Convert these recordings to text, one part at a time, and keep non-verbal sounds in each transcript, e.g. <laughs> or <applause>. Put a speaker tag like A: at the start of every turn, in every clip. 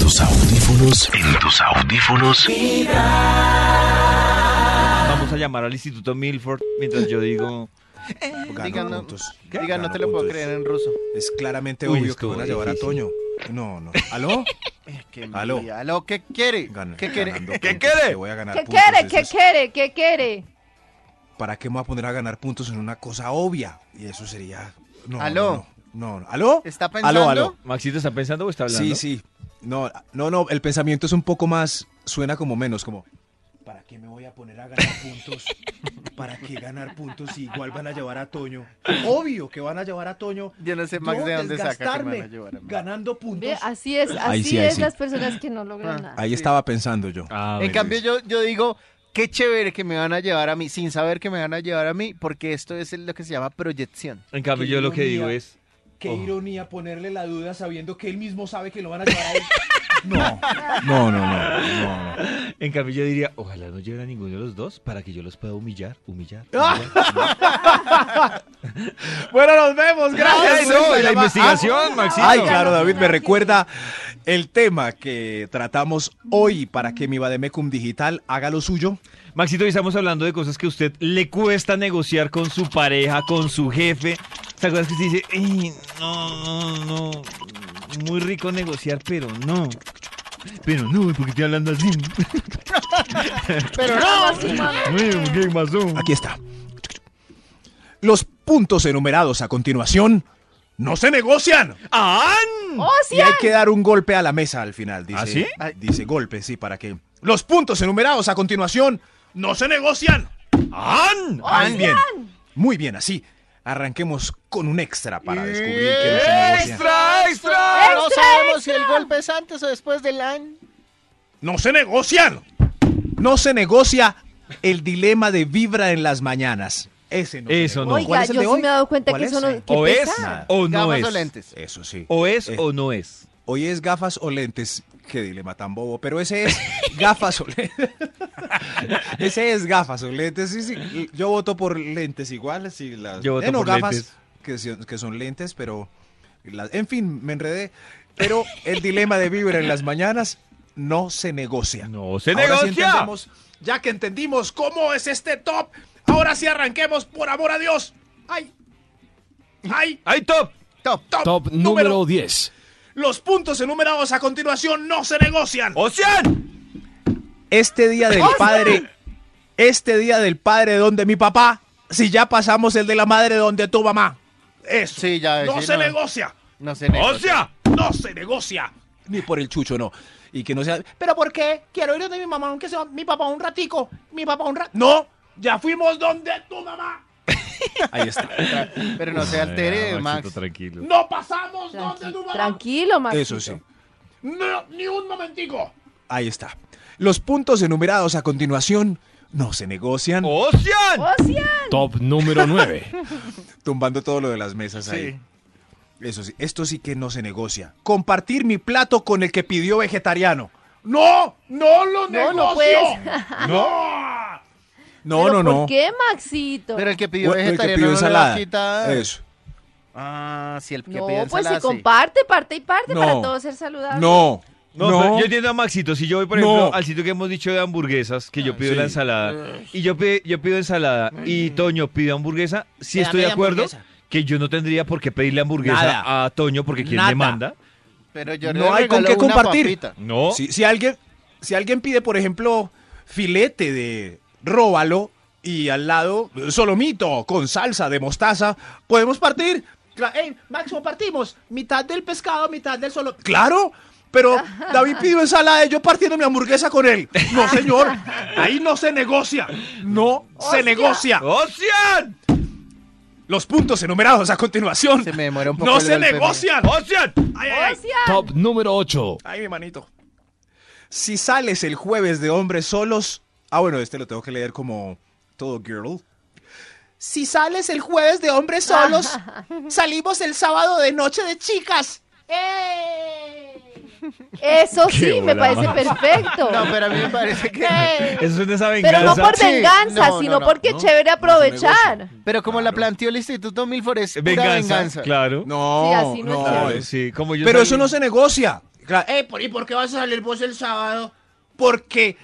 A: tus audífonos, en tus audífonos.
B: Vamos a llamar al Instituto Milford mientras yo digo.
A: Ganó
C: Diga, no,
A: puntos.
C: diga, no
A: Ganó
C: te lo puedo
A: puntos.
C: creer en ruso.
A: Es claramente
B: Uy,
A: obvio que
B: estuvo
A: van a llevar a
B: difícil.
A: Toño. No, no.
C: <laughs>
A: ¿Aló?
C: Qué
A: Aló.
C: envidia. Aló, ¿qué quiere?
A: Gan-
C: <laughs> ¿Qué quiere?
A: ganando
B: ¿Qué
A: puntos,
B: quiere?
A: te voy a ganar
D: ¿Qué
A: puntos,
D: quiere?
A: eso
D: ¿Qué
A: es-
D: quiere? ¿Qué quiere?
A: ¿Para qué me voy a poner a ganar puntos en una cosa obvia? Y eso sería. No,
C: ¿Aló?
A: No, no, no. ¿Aló?
C: ¿Está
A: Aló, aló.
C: pensando?
B: ¿Maxito está pensando o está hablando?
A: Sí, sí. No, no, no. El pensamiento es un poco más. Suena como menos, como. ¿Para qué me voy a poner a ganar puntos? ¿Para qué ganar puntos si igual van a llevar a Toño? Obvio que van a llevar a Toño.
C: Yo no sé, Max,
A: Yo
C: de dónde saca que me
A: desgastarme,
C: van a llevar a mí.
A: ganando
D: Ve,
A: puntos.
D: así es, así
A: Ahí sí, ahí
D: es
A: sí.
D: las personas que no logran
C: Ah.
D: nada.
A: Ahí estaba pensando yo.
B: Ah,
C: En
B: bueno.
C: cambio, yo, yo digo, qué chévere que me van a llevar a mí, sin saber que me van a llevar a mí, porque esto es lo que se llama proyección.
B: En cambio,
E: Qué
B: yo lo que
E: ironía.
B: digo es.
E: Qué
B: Oh.
E: ironía ponerle la duda sabiendo que él mismo sabe que lo van a llevar a él.
A: No, no, no, no. no, no.
B: En cambio, yo diría, ojalá no lleven a ninguno de los dos para que yo los pueda humillar, humillar.
C: Bueno, nos vemos,
B: Ay, no, la investigación, Maxito.
A: Ay, claro, David, me recuerda el tema que tratamos hoy para que mi Bademecum Digital haga lo suyo.
B: Maxito, hoy estamos hablando de cosas que a usted le cuesta negociar con su pareja, con su jefe. ¿Te acuerdas que se dice, "Ey, no, no, no, muy rico negociar, pero no? Pero no, porque estoy hablando así. <laughs>
D: Pero no, así, mami.
B: Ay, ¿Qué pasó?
A: Aquí está. Los puntos enumerados a continuación no se negocian.
B: ¡An!
D: ¡Oh, sí!
A: Y hay que dar un golpe a la mesa al final, dice.
B: ¿Ah, sí?
A: Dice golpe, sí, para que. Los puntos enumerados a continuación no se negocian.
B: ¡An!
A: Muy bien. Muy bien, así. Arranquemos con un extra para descubrir que no se negocian.
B: ¡Extra, extra!
C: No sabemos si el golpe es antes o después del año.
A: ¡No se negocian! No se negocia el dilema de vibra en las mañanas. Ese no. se
B: Eso no.
A: negocia. ¿Cuál
D: Oiga,
A: es el
D: yo
A: de
D: sí
A: hoy?
D: me he dado cuenta
A: ¿Cuál
D: que
A: es
D: eso
A: ese?
D: no... qué
B: O es
D: pesar.
B: o no
C: Gafas o
B: es.
C: lentes.
A: Eso sí.
B: O es
A: Eh.
B: o no es.
A: Hoy es gafas o lentes. Qué dilema tan bobo. Pero ese es gafas o lentes. <laughs> ese es gafas o lentes. Sí, sí. Yo voto por lentes igual. Si las... eh,
B: Yo voto
A: no,
B: por
A: gafas
B: lentes.
A: Que, son- que son lentes, pero... las- En fin, me enredé. Pero el dilema de vibra en las mañanas no se negocia.
B: No se
A: Ahora sí
B: negocia.
A: entendemos, ya que entendimos cómo es este top, ahora sí arranquemos por amor a Dios. ¡Ay! ¡Ay!
B: ¡Ay, top!
A: Top, top,
F: Top número 10.
A: Los puntos enumerados a continuación no se negocian.
B: ¡Ocean!
A: Este día del padre, este día del padre donde mi papá, si ya pasamos el de la madre donde tu mamá. Eso.
C: Sí, ya,
A: no
C: sí,
A: se
C: no.
A: negocia.
C: No sé.
B: ¡Ocean!
A: No se negocia. Ni por el chucho, no. Y que no sea. ¿Pero por qué? Quiero ir donde mi mamá, aunque sea mi papá un ratico. Mi papá un ratico. No, ya fuimos donde tu mamá. <laughs> Ahí está.
C: Pero no se altere, Eh, Max.
B: Tranquilo.
A: No pasamos donde tu
D: Tranqui-
A: mamá.
D: tranquilo, Maxito.
A: Eso sí.
G: No, ni un momentico.
A: Ahí está. Los puntos enumerados a continuación no se negocian.
G: Oh.
B: ¡Ocean!
D: ¡Ocean!
F: Top número 9.
A: Tumbando todo lo de las mesas ahí. Eso sí, esto sí que no se negocia. Compartir mi plato con el que pidió vegetariano.
G: No, no lo
D: No,
G: negocio.
D: no puedes.
G: <laughs> No.
A: No, no,
D: ¿Pero
A: no.
D: ¿Por qué, Maxito?
C: Pero el que pidió
A: Bueno, el que
C: vegetariano
A: pidió
C: no le va a quitar.
A: Eso.
C: Ah, si el que pidió
D: No, pues
C: ensalada,
D: se
C: sí.
D: comparte, parte y parte
A: No.
D: para todos ser saludables.
A: No.
B: <laughs> No,
A: No,
B: pero yo entiendo a Maxito. Si yo voy, por
A: No.
B: ejemplo, al sitio que hemos dicho de hamburguesas, que yo pido
A: sí.
B: la ensalada, y yo, pi- yo pido ensalada, y Toño pide hamburguesa, si
C: Me da
B: estoy de
C: media
B: acuerdo
C: hamburguesa.
B: que yo no tendría por qué pedirle hamburguesa
A: Nada.
B: a Toño, porque quien
A: Nada.
B: le manda.
C: Pero yo
A: No
C: le
A: hay con
C: regalo
A: qué
C: una
A: compartir.
C: papita.
B: No.
A: Si, si alguien, si alguien pide, por ejemplo, filete de róbalo y al lado solomito con salsa de mostaza, ¿podemos partir?
G: Ey, Máximo, partimos. Mitad del pescado, mitad del solo.
A: Claro, pero David pidió ensalada y yo partiendo mi hamburguesa con él. No, señor, ahí no se negocia. No se negocia.
B: ¡Ocean!
A: Los puntos enumerados a continuación
C: Se me demora un poco
A: no
C: el
A: se
C: golpe,
A: negocian.
B: ¡Ocean!
A: Ay, ay, ay.
D: ¡Ocean!
F: Top número 8.
A: Ay, mi manito. Si sales el jueves de hombres solos. Ah, bueno, este lo tengo que leer como todo girl.
G: Si sales el jueves de hombres solos, salimos el sábado de noche de chicas.
A: <laughs>
D: Eso sí, me
B: bola,
D: parece perfecto.
C: No, pero a
D: <laughs>
C: mí me parece que...
G: <laughs>
B: Eso es de esa
D: Pero no
B: venganza.
D: por
C: Sí,
D: venganza,
C: no,
D: sino
C: no, no,
D: porque
A: no,
D: es chévere aprovechar.
C: Pero como la planteó el Instituto Milford, es pura
B: venganza,
C: venganza.
B: Claro.
A: No,
D: Sí, así no es
A: no,
D: chévere.
B: Claro, eh, sí, como pues yo
A: Pero
B: salí-
A: eso no se negocia. Claro,
G: Eh, ¿por- ¿y por qué vas a salir vos el sábado? Porque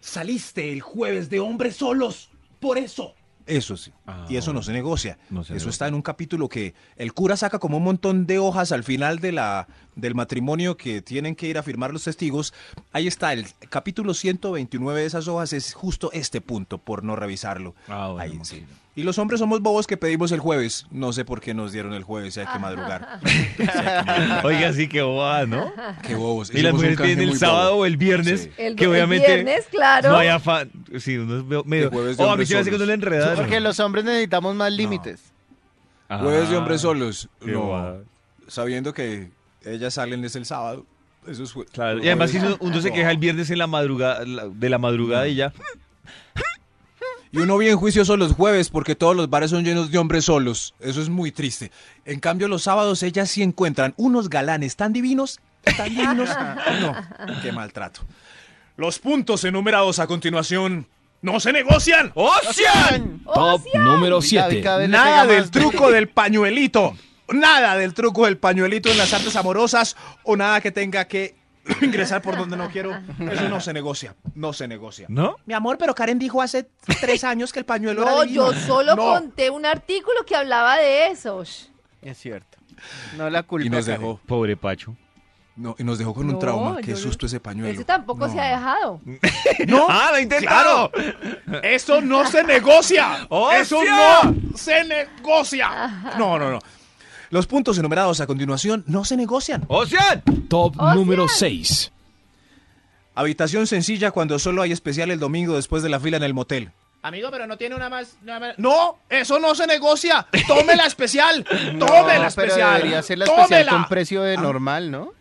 E: Saliste el jueves de hombres solos. Por eso.
A: Eso sí.
B: Ah,
A: y eso no se negocia.
B: No se
A: eso
B: negocia.
A: está en un capítulo que el cura saca como un montón de hojas al final de la, del matrimonio que tienen que ir a firmar los testigos. Ahí está, el capítulo 129 de esas hojas es justo este punto, por no revisarlo.
B: Ah, bueno,
A: Ahí
B: ok.
A: sí. Y los hombres somos bobos que pedimos el jueves. No sé por qué nos dieron el jueves, hay que madrugar.
B: <laughs> Oiga, sí que boba, ¿no?
A: Qué bobos.
B: Y las
A: Hicimos un
B: mujeres
A: canje
B: piden el
A: muy
B: sábado
A: bobo.
B: o el viernes,
A: Sí.
D: El,
B: que
D: el
B: obviamente
D: viernes, claro.
B: no hay afán. Sí, uno es medio- medio...
A: El jueves de
B: Oh, a mí
A: hombres
B: se me hace que
A: solos.
B: uno le enredaron.
C: Porque los hombres necesitamos más límites.
B: Ah,
A: Jueves de hombres solos.
B: qué
A: No.
B: guay.
A: Sabiendo que ellas salen es el sábado. Eso es jue-
B: Claro. Y además si uno, uno se
A: No.
B: queja el viernes en la madrugada, la- de la madrugada y ya.
A: Y uno bien juicioso los jueves porque todos los bares son llenos de hombres solos. Eso es muy triste. En cambio, los sábados ellas sí encuentran unos galanes tan divinos, tan divinos. No, qué maltrato. Los puntos enumerados a continuación no se negocian.
B: ¡Ocean!
D: ¡Oh,
F: Top
D: sí!
F: número
C: Cada-
F: 7.
C: cada vez le
A: Nada
C: pega
A: del
C: más.
A: truco del pañuelito. Nada del truco del pañuelito en las artes amorosas o nada que tenga que <clears throat> ingresar por donde no quiero. Eso no se negocia. No se negocia.
B: ¿No?
E: Mi amor, pero Karen dijo hace tres años que el pañuelo
D: No,
E: era divino.
D: yo solo
A: No.
D: conté un artículo que hablaba de eso. Shh.
C: Es cierto. No la culpa.
A: Y nos
C: Karen.
A: dejó,
B: Pobre Pacho.
A: no, y nos dejó con
D: No,
A: un trauma. Qué
D: yo no-
A: susto ese pañuelo.
D: Ese tampoco se
A: No.
D: ha dejado. <laughs>
B: ¡Ah, lo intentaron!
E: Eso no se negocia.
B: ¡Hostia!
E: Eso no se negocia.
A: No, no, no. Los puntos enumerados a continuación no se negocian.
B: ¡Ocean!
F: Top
D: Ocean.
F: número 6.
A: Habitación sencilla cuando solo hay especial el domingo después de la fila en el motel.
E: Amigo, pero no tiene una más. una más- No, eso no se negocia. Tómela <laughs> especial. Tómela
C: No, pero
E: especial.
C: debería ser la especial
E: Tómela.
C: con precio
G: Ah.
C: de normal, ¿no?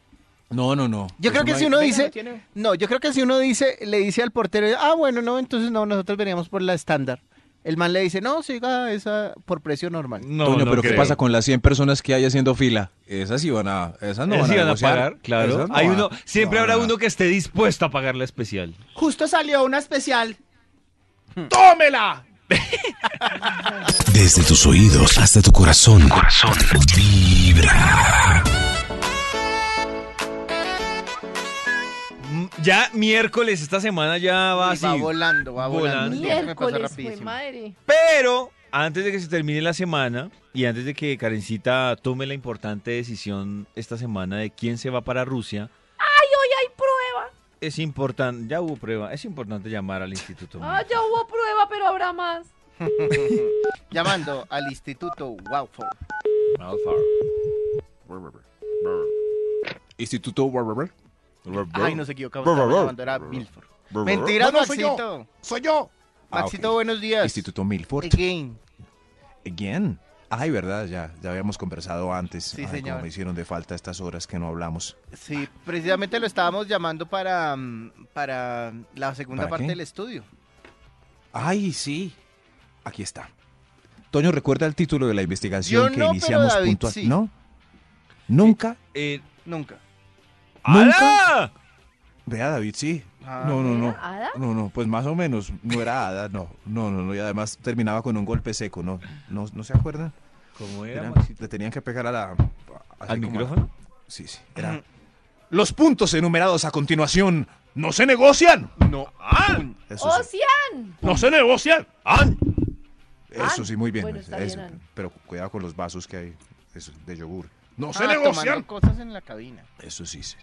A: No, no, no.
C: Yo creo
A: Eso
C: que
A: no
C: si
A: hay-
C: uno
E: Venga,
C: dice,
E: no tiene-
C: no, yo creo que si uno dice, le dice al portero, ah, bueno, no, entonces no, nosotros veníamos por la estándar. El man le dice, no, siga esa por precio normal.
B: No,
A: Toño,
B: no
A: pero ¿qué
B: creo.
A: pasa con las 100 personas que hay haciendo fila? Esas iban a. Esas no
B: Ellos
A: van
B: iban
A: a,
B: a
A: negociar.
B: pagar, claro.
A: Esas no
B: Hay
A: van-
B: uno, siempre
A: no,
B: habrá
A: no, no.
B: uno que esté dispuesto a pagar la especial.
G: justo salió una especial.
E: ¡Tómela!
H: Desde tus oídos hasta tu corazón. Corazón. Vibra.
B: Mm, Ya miércoles esta semana ya va
C: Y
B: así.
C: va volando, va
B: Volando.
C: volando. Eso me pasó
D: Miércoles, fue
C: rapidísimo.
D: madre.
B: Pero antes de que se termine la semana y antes de que Karencita tome la importante decisión esta semana de quién se va para Rusia,
D: ¡Ay, hoy hay prueba!
B: es importante, ya hubo prueba, es importante llamar al instituto.
D: Ah, ya hubo prueba, pero habrá más.
C: Llamando al Instituto Wowfo.
A: Instituto. Barber.
C: Ay, nos equivocamos, estaba llamando, era Milford. Mentira,
E: No, no, soy yo.
C: Maxito.
E: Soy yo.
A: Ah,
C: Maxito,
A: ok.
C: buenos días.
A: Instituto Milford.
C: Again.
A: Again. Ay, verdad, ya, ya habíamos conversado antes.
C: Sí,
A: Ay,
C: señor.
A: cómo me hicieron de falta estas horas que no hablamos.
C: Sí, precisamente lo estábamos llamando para, mm, para la segunda
A: ¿Para
C: parte
A: qué?
C: del estudio.
A: Ay, sí. Aquí está. Toño, ¿recuerda el título de la
C: Yo
A: investigación que
C: no, pero
A: iniciamos
C: David
A: puntual?
C: sí.
A: ¿No? Nunca.
B: Eh,
C: Nunca.
B: ¡Ala!
A: Vea, David, sí.
C: Ah.
A: no, no, no.
D: ¿Era Ada?
A: No, no, pues más o menos. No era Ada, no. No, no, no. Y además terminaba con un golpe seco, ¿no? ¿No, no se acuerdan?
B: ¿Cómo
A: Era-
B: era, Maxito?
A: le tenían que pegar a la... así
B: ¿Al
A: como a-
B: micrófono?
A: sí, sí. Era... Los puntos enumerados a continuación no se negocian.
C: No. Ah,
A: Eso sí.
D: ¡Ocean!
E: No se negocia. ¡An!
A: Eso sí, muy bien.
D: Bueno, está bien,
A: eso.
D: Ana.
A: pero cuidado con los vasos que hay eso, de yogur.
E: No se
C: Ah,
E: negocia.
C: tomando cosas en la cabina.
A: Eso sí, sí.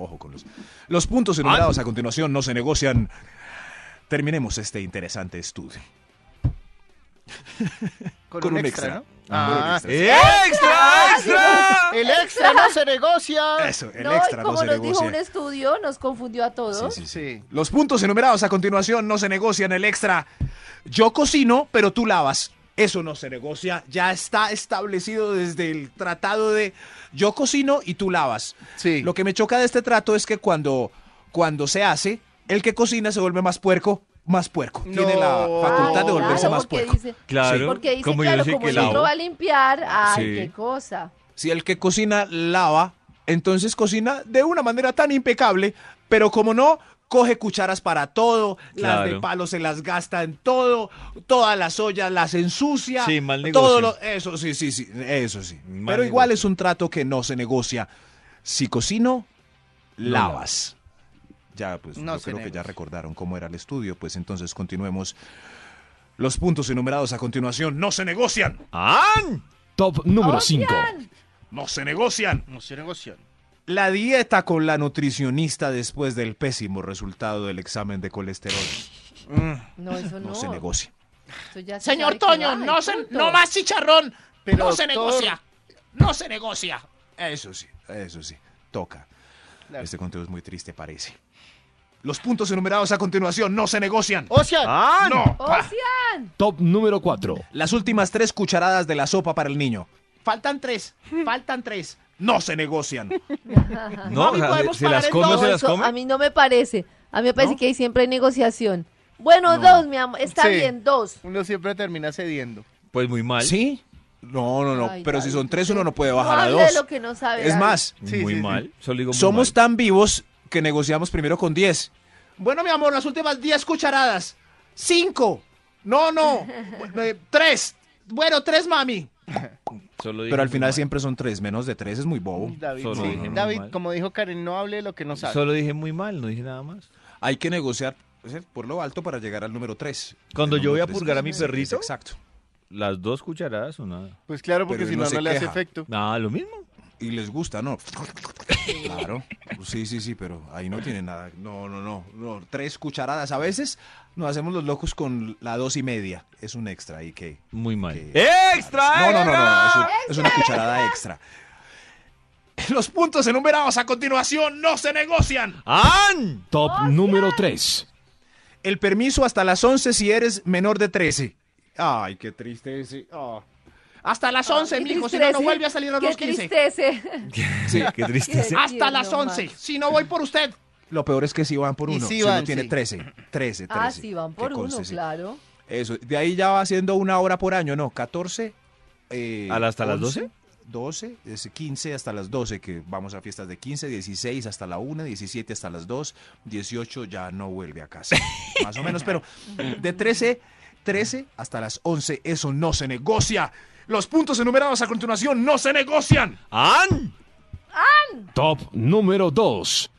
A: Ojo con los. Los puntos enumerados a continuación no se negocian. Terminemos este interesante estudio.
C: Con,
A: Con
C: un,
A: un
C: extra,
A: extra.
C: ¿no?
A: Ah, con un
C: Ah,
A: extra.
B: ¡Extra, extra!
C: El extra no se negocia.
A: Eso, el
D: no,
A: extra no
D: y como
A: se
D: nos dijo un
A: negocia.
D: estudio, nos confundió a todos.
A: Sí, sí, sí.
C: Sí.
A: Los puntos enumerados a continuación no se negocian. El extra. Yo cocino, pero tú lavas. Eso no se negocia. Ya está establecido desde el tratado de yo cocino y tú lavas.
C: Sí.
A: Lo que me choca de este trato es que cuando, cuando se hace, el que cocina se vuelve más puerco, más puerco. Tiene la
C: No.
A: facultad de
D: Ay,
A: volverse
D: Ah, Oh, claro,
A: más
D: porque
A: puerco.
D: dice-
B: Claro,
D: Porque dice,
B: como yo
D: claro,
B: sé
D: como
B: que
D: el
B: lavo.
D: otro va a limpiar, ay,
A: Sí.
D: qué cosa.
A: Si el que cocina lava, entonces cocina de una manera tan impecable, pero como no, coge cucharas para todo, las de
B: Claro.
A: palo se las gasta en todo, todas las ollas las ensucia.
B: Sí, mal negocio.
A: todo lo- eso sí, sí, sí, eso sí.
B: Mal
A: pero igual
B: negocio.
A: es un trato que no se negocia. Si cocino, lavas. Ya, pues
E: No
A: yo creo que
E: tenemos.
A: ya recordaron cómo era el estudio, pues entonces continuemos. Los puntos enumerados a continuación no se negocian,
B: ¡An!
F: Top número 5.
D: Oigan,
A: no se negocian.
E: No se negocian.
A: La dieta con la nutricionista después del pésimo resultado del examen de colesterol
D: No, eso no.
A: no se negocia.
D: Eso ya se
G: Señor
D: sabe que
G: Toño,
D: va, y
G: no, se,
D: punto.
G: no más chicharrón.
E: Pero,
G: no se
E: doctor-
G: negocia. No se negocia.
A: Eso sí, eso sí, toca. Este conteo es muy triste, parece. Los puntos enumerados a continuación no se negocian.
E: Ocean.
B: ¡An!
A: No.
D: Ocean,
F: Top número 4.
A: Las últimas tres cucharadas de la sopa para el niño
G: Faltan tres. Faltan tres.
A: no se
G: <laughs>
A: negocian.
B: No, o sea,
G: podemos
B: ¿se las
G: parar
B: come o
D: no,
B: se las
D: eso a
B: come?
D: mí no me parece. A mí me parece que ahí siempre hay negociación. Bueno, dos, mi amor. Está
C: Sí.
D: bien, dos.
C: Uno siempre termina cediendo.
B: Pues muy mal.
A: ¿Sí? No, no, no.
D: Ay,
A: Pero si
D: David,
A: son tres,
D: usted
A: uno no puede bajar
D: no
A: a
D: hable de
A: dos.
D: lo que no sabe,
A: Es
D: David.
A: más,
C: Sí,
B: muy
C: sí, sí.
B: mal. Solo digo muy
A: somos
B: mal.
A: tan vivos que negociamos primero con diez.
E: Bueno, mi amor, las últimas 10 cucharadas. 5. No, no. Bu- eh, Tres. Bueno, tres, mami.
B: Solo dije
A: Pero al
B: muy
A: final
B: mal.
A: siempre son tres. Menos de tres es muy bobo.
C: David,
B: Solo
C: sí.
B: dije muy
C: David,
B: mal.
C: como dijo Karen, no hable de lo que no sabe.
B: Solo dije muy mal, no dije nada más.
A: Hay que negociar pues, eh, por lo alto para llegar al número tres.
B: Cuando
A: El
B: yo voy
A: número
B: a
A: tres
B: purgar a
A: es-
B: mi
A: es-
B: perrito.
A: Exacto.
B: Las dos cucharadas o nada.
C: Pues claro, porque
A: Pero
C: si
A: él
C: no,
A: no
C: no
A: se
C: le hace
A: queja.
C: efecto.
B: Ah, lo mismo.
A: Y les gusta, ¿no? <laughs> Claro. Sí, sí, sí, pero ahí no tiene nada. No, no, no. no. Tres cucharadas. A veces nos hacemos los locos con la dos y media. Es un extra ahí que.
B: Muy mal. ¡Eh!
A: que- No, no, no, no. Es, un- es una cucharada
G: <laughs>
A: extra.
E: Los puntos enumerados a continuación no se negocian.
B: ¡An!
F: Top número 3.
A: El permiso hasta las 11 si eres menor de 13. Ay, qué triste ese. Ah.
G: Hasta las
D: Ay,
G: 11,
D: qué
G: mijo. Si no, no
D: tristeza.
G: vuelve a salir a
D: Qué
G: los 15.
D: tristeza.
B: Sí,
D: <laughs>
B: qué tristeza.
G: Hasta
D: Dios,
G: las
D: no
G: 11. Si no, voy por usted.
A: Lo peor es que si van por
C: Y
A: uno.
C: sí
A: si uno
C: van,
A: tiene
C: sí.
A: 13. 13, 13.
D: Ah, sí, van por
A: que
D: uno,
A: conste, sí.
D: claro.
A: Eso. De ahí ya va haciendo una hora por año, ¿no? 14. eh,
B: ¿A la- hasta las 12?
A: 12, es 15 hasta las 12, que vamos a fiestas de 15, 16 hasta la 1, 17 hasta las 2, 18 ya no vuelve a
B: <laughs>
A: casa. más o menos, pero de 13, 13 hasta las 11, eso no se negocia. Los puntos enumerados a continuación no se negocian.
B: ¡An!
F: Top número 2.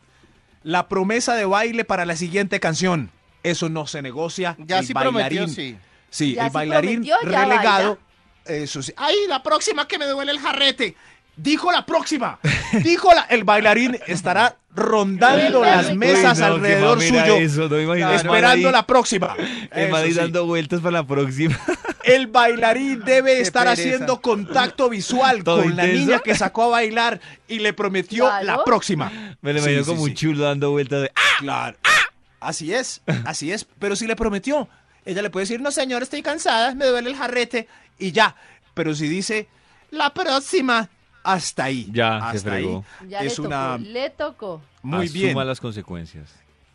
A: La promesa de baile para la siguiente canción, eso no se negocia.
C: Ya
A: El
C: sí prometió,
A: bailarín-
C: sí.
A: Sí,
D: Ya
A: el
D: sí
A: bailarín
D: prometió, ya
A: relegado. Eso sí.
E: Ay, la próxima que me duele el jarrete. Dijo
A: <laughs>
E: la próxima. Dijo la.
A: El bailarín estará rondando las mesas
B: Uy, no, qué
A: alrededor
B: mamera
A: suyo,
B: Eso, no me imagino el man
A: esperando
B: ahí-
A: la próxima.
B: El man ahí
A: Eso sí.
B: dando vueltas para la próxima. <laughs>
A: El bailarín debe
C: Qué
A: estar
C: pereza.
A: haciendo contacto visual
B: Todo
A: con la
B: intenso.
A: niña que sacó a bailar y le prometió
D: Claro.
A: la próxima.
B: Me lo
A: Sí,
B: imagino
A: sí,
B: como
A: sí.
B: un chulo dando vueltas de. "Ah,
A: Claro.
B: <laughs>
A: Así es, así es. Pero si le prometió, ella le puede decir, no señor, estoy cansada, me duele el jarrete y ya. Pero si dice, la próxima, hasta ahí.
B: Ya, se
A: hasta
B: fregó.
D: Ya
A: es
D: le
A: una
D: tocó, le tocó.
A: muy
B: asuma
A: bien.
B: las consecuencias.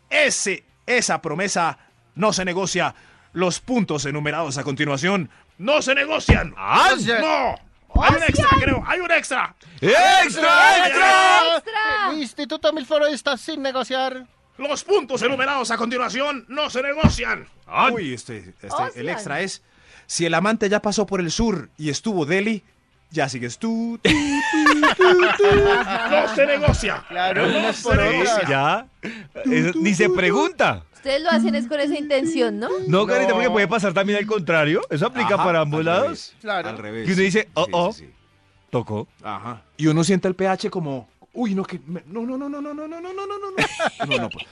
A: Ese, esa promesa no se negocia. Los puntos enumerados a continuación no se negocian.
B: ¡An!
A: ¡No!
E: Hay un extra, creo. Hay un extra.
B: ¡Extra, extra!
D: ¡Extra!
C: El Instituto Milforo está sin negociar.
E: Los puntos enumerados a continuación no se negocian.
A: Uy, este, este- el
D: Ocean.
A: extra es si el amante ya pasó por el sur y estuvo Delhi, ya sigues tú. tú.
E: No se negocia.
C: Claro,
E: No
C: unas
E: se
C: por
E: negocia.
C: otras.
B: Ya. Eso ni se pregunta.
D: Ustedes lo hacen es con esa intención, ¿no?
B: No, Carita, porque puede pasar también al contrario. Eso aplica
A: Ajá,
B: para ambos
A: al
B: lados.
A: revés,
C: Claro.
A: Al revés.
B: Que uno
A: sí,
B: dice,
A: sí,
B: oh,
A: sí,
B: oh.
A: sí, sí.
B: Tocó.
A: Ajá. Y uno siente el pH como, uy, no, que. me- No, no, no, no, no, no, no, no, no, no, no, <laughs> no. No, no. pues,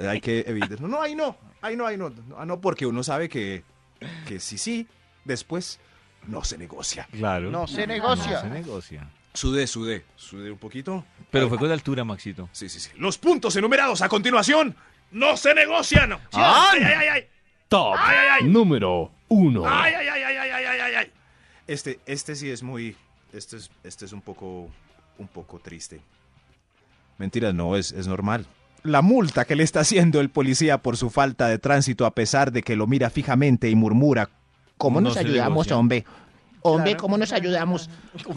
A: eh, Hay que evitar. No, no, ahí no. Ahí no, ahí no. Ah, no, porque uno sabe que, que sí, sí, después no se negocia.
B: Claro. Ah,
C: No se
B: No se
C: negocia.
B: negocia.
A: Sudé, sudé. Sudé un poquito.
B: Pero fue con altura, Maxito.
A: Sí, sí, sí.
E: Los puntos enumerados a continuación no se negocian.
B: ¡Ay!
E: Ay, ay, ay,
F: Top
E: Ay, ay, ay.
F: número 1.
E: ay, ay, ay, ay, ay, ay, ay, ay, ay.
A: Este, este sí es muy. Este es, este es un poco. un poco triste. Mentira, no, es, es normal. La multa que le está haciendo el policía por su falta de tránsito, a pesar de que lo mira fijamente y murmura. ¿Cómo
B: No
A: nos
B: se
A: ayudamos,
B: negocia".
A: hombre?
G: Hombre, ¿cómo nos ayudamos?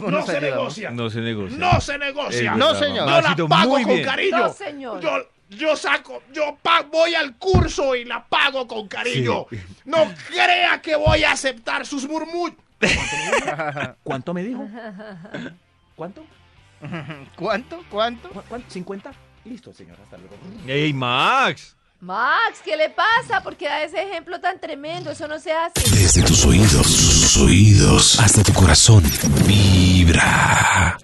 E: No se negocia.
B: No se negocia.
E: No se negocia.
B: Es
C: No,
B: verdad,
C: señor.
E: Yo
B: Maxito,
E: la pago
B: muy
E: con
B: bien.
E: cariño.
D: No, señor.
E: Yo, yo saco, yo pa- voy al curso y la pago con cariño. No crea que voy a aceptar sus murmullos.
A: ¿Cuánto me dijo?
C: ¿Cuánto? ¿Cuánto?
A: ¿Cuánto? ¿50?
E: Listo, señor, hasta luego.
B: ¡Ey, Max!
D: Max, ¿qué le pasa? ¿Por qué da ese ejemplo tan tremendo? Eso no se hace.
H: Desde tus oídos, sus oídos, hasta tu corazón. Vibra.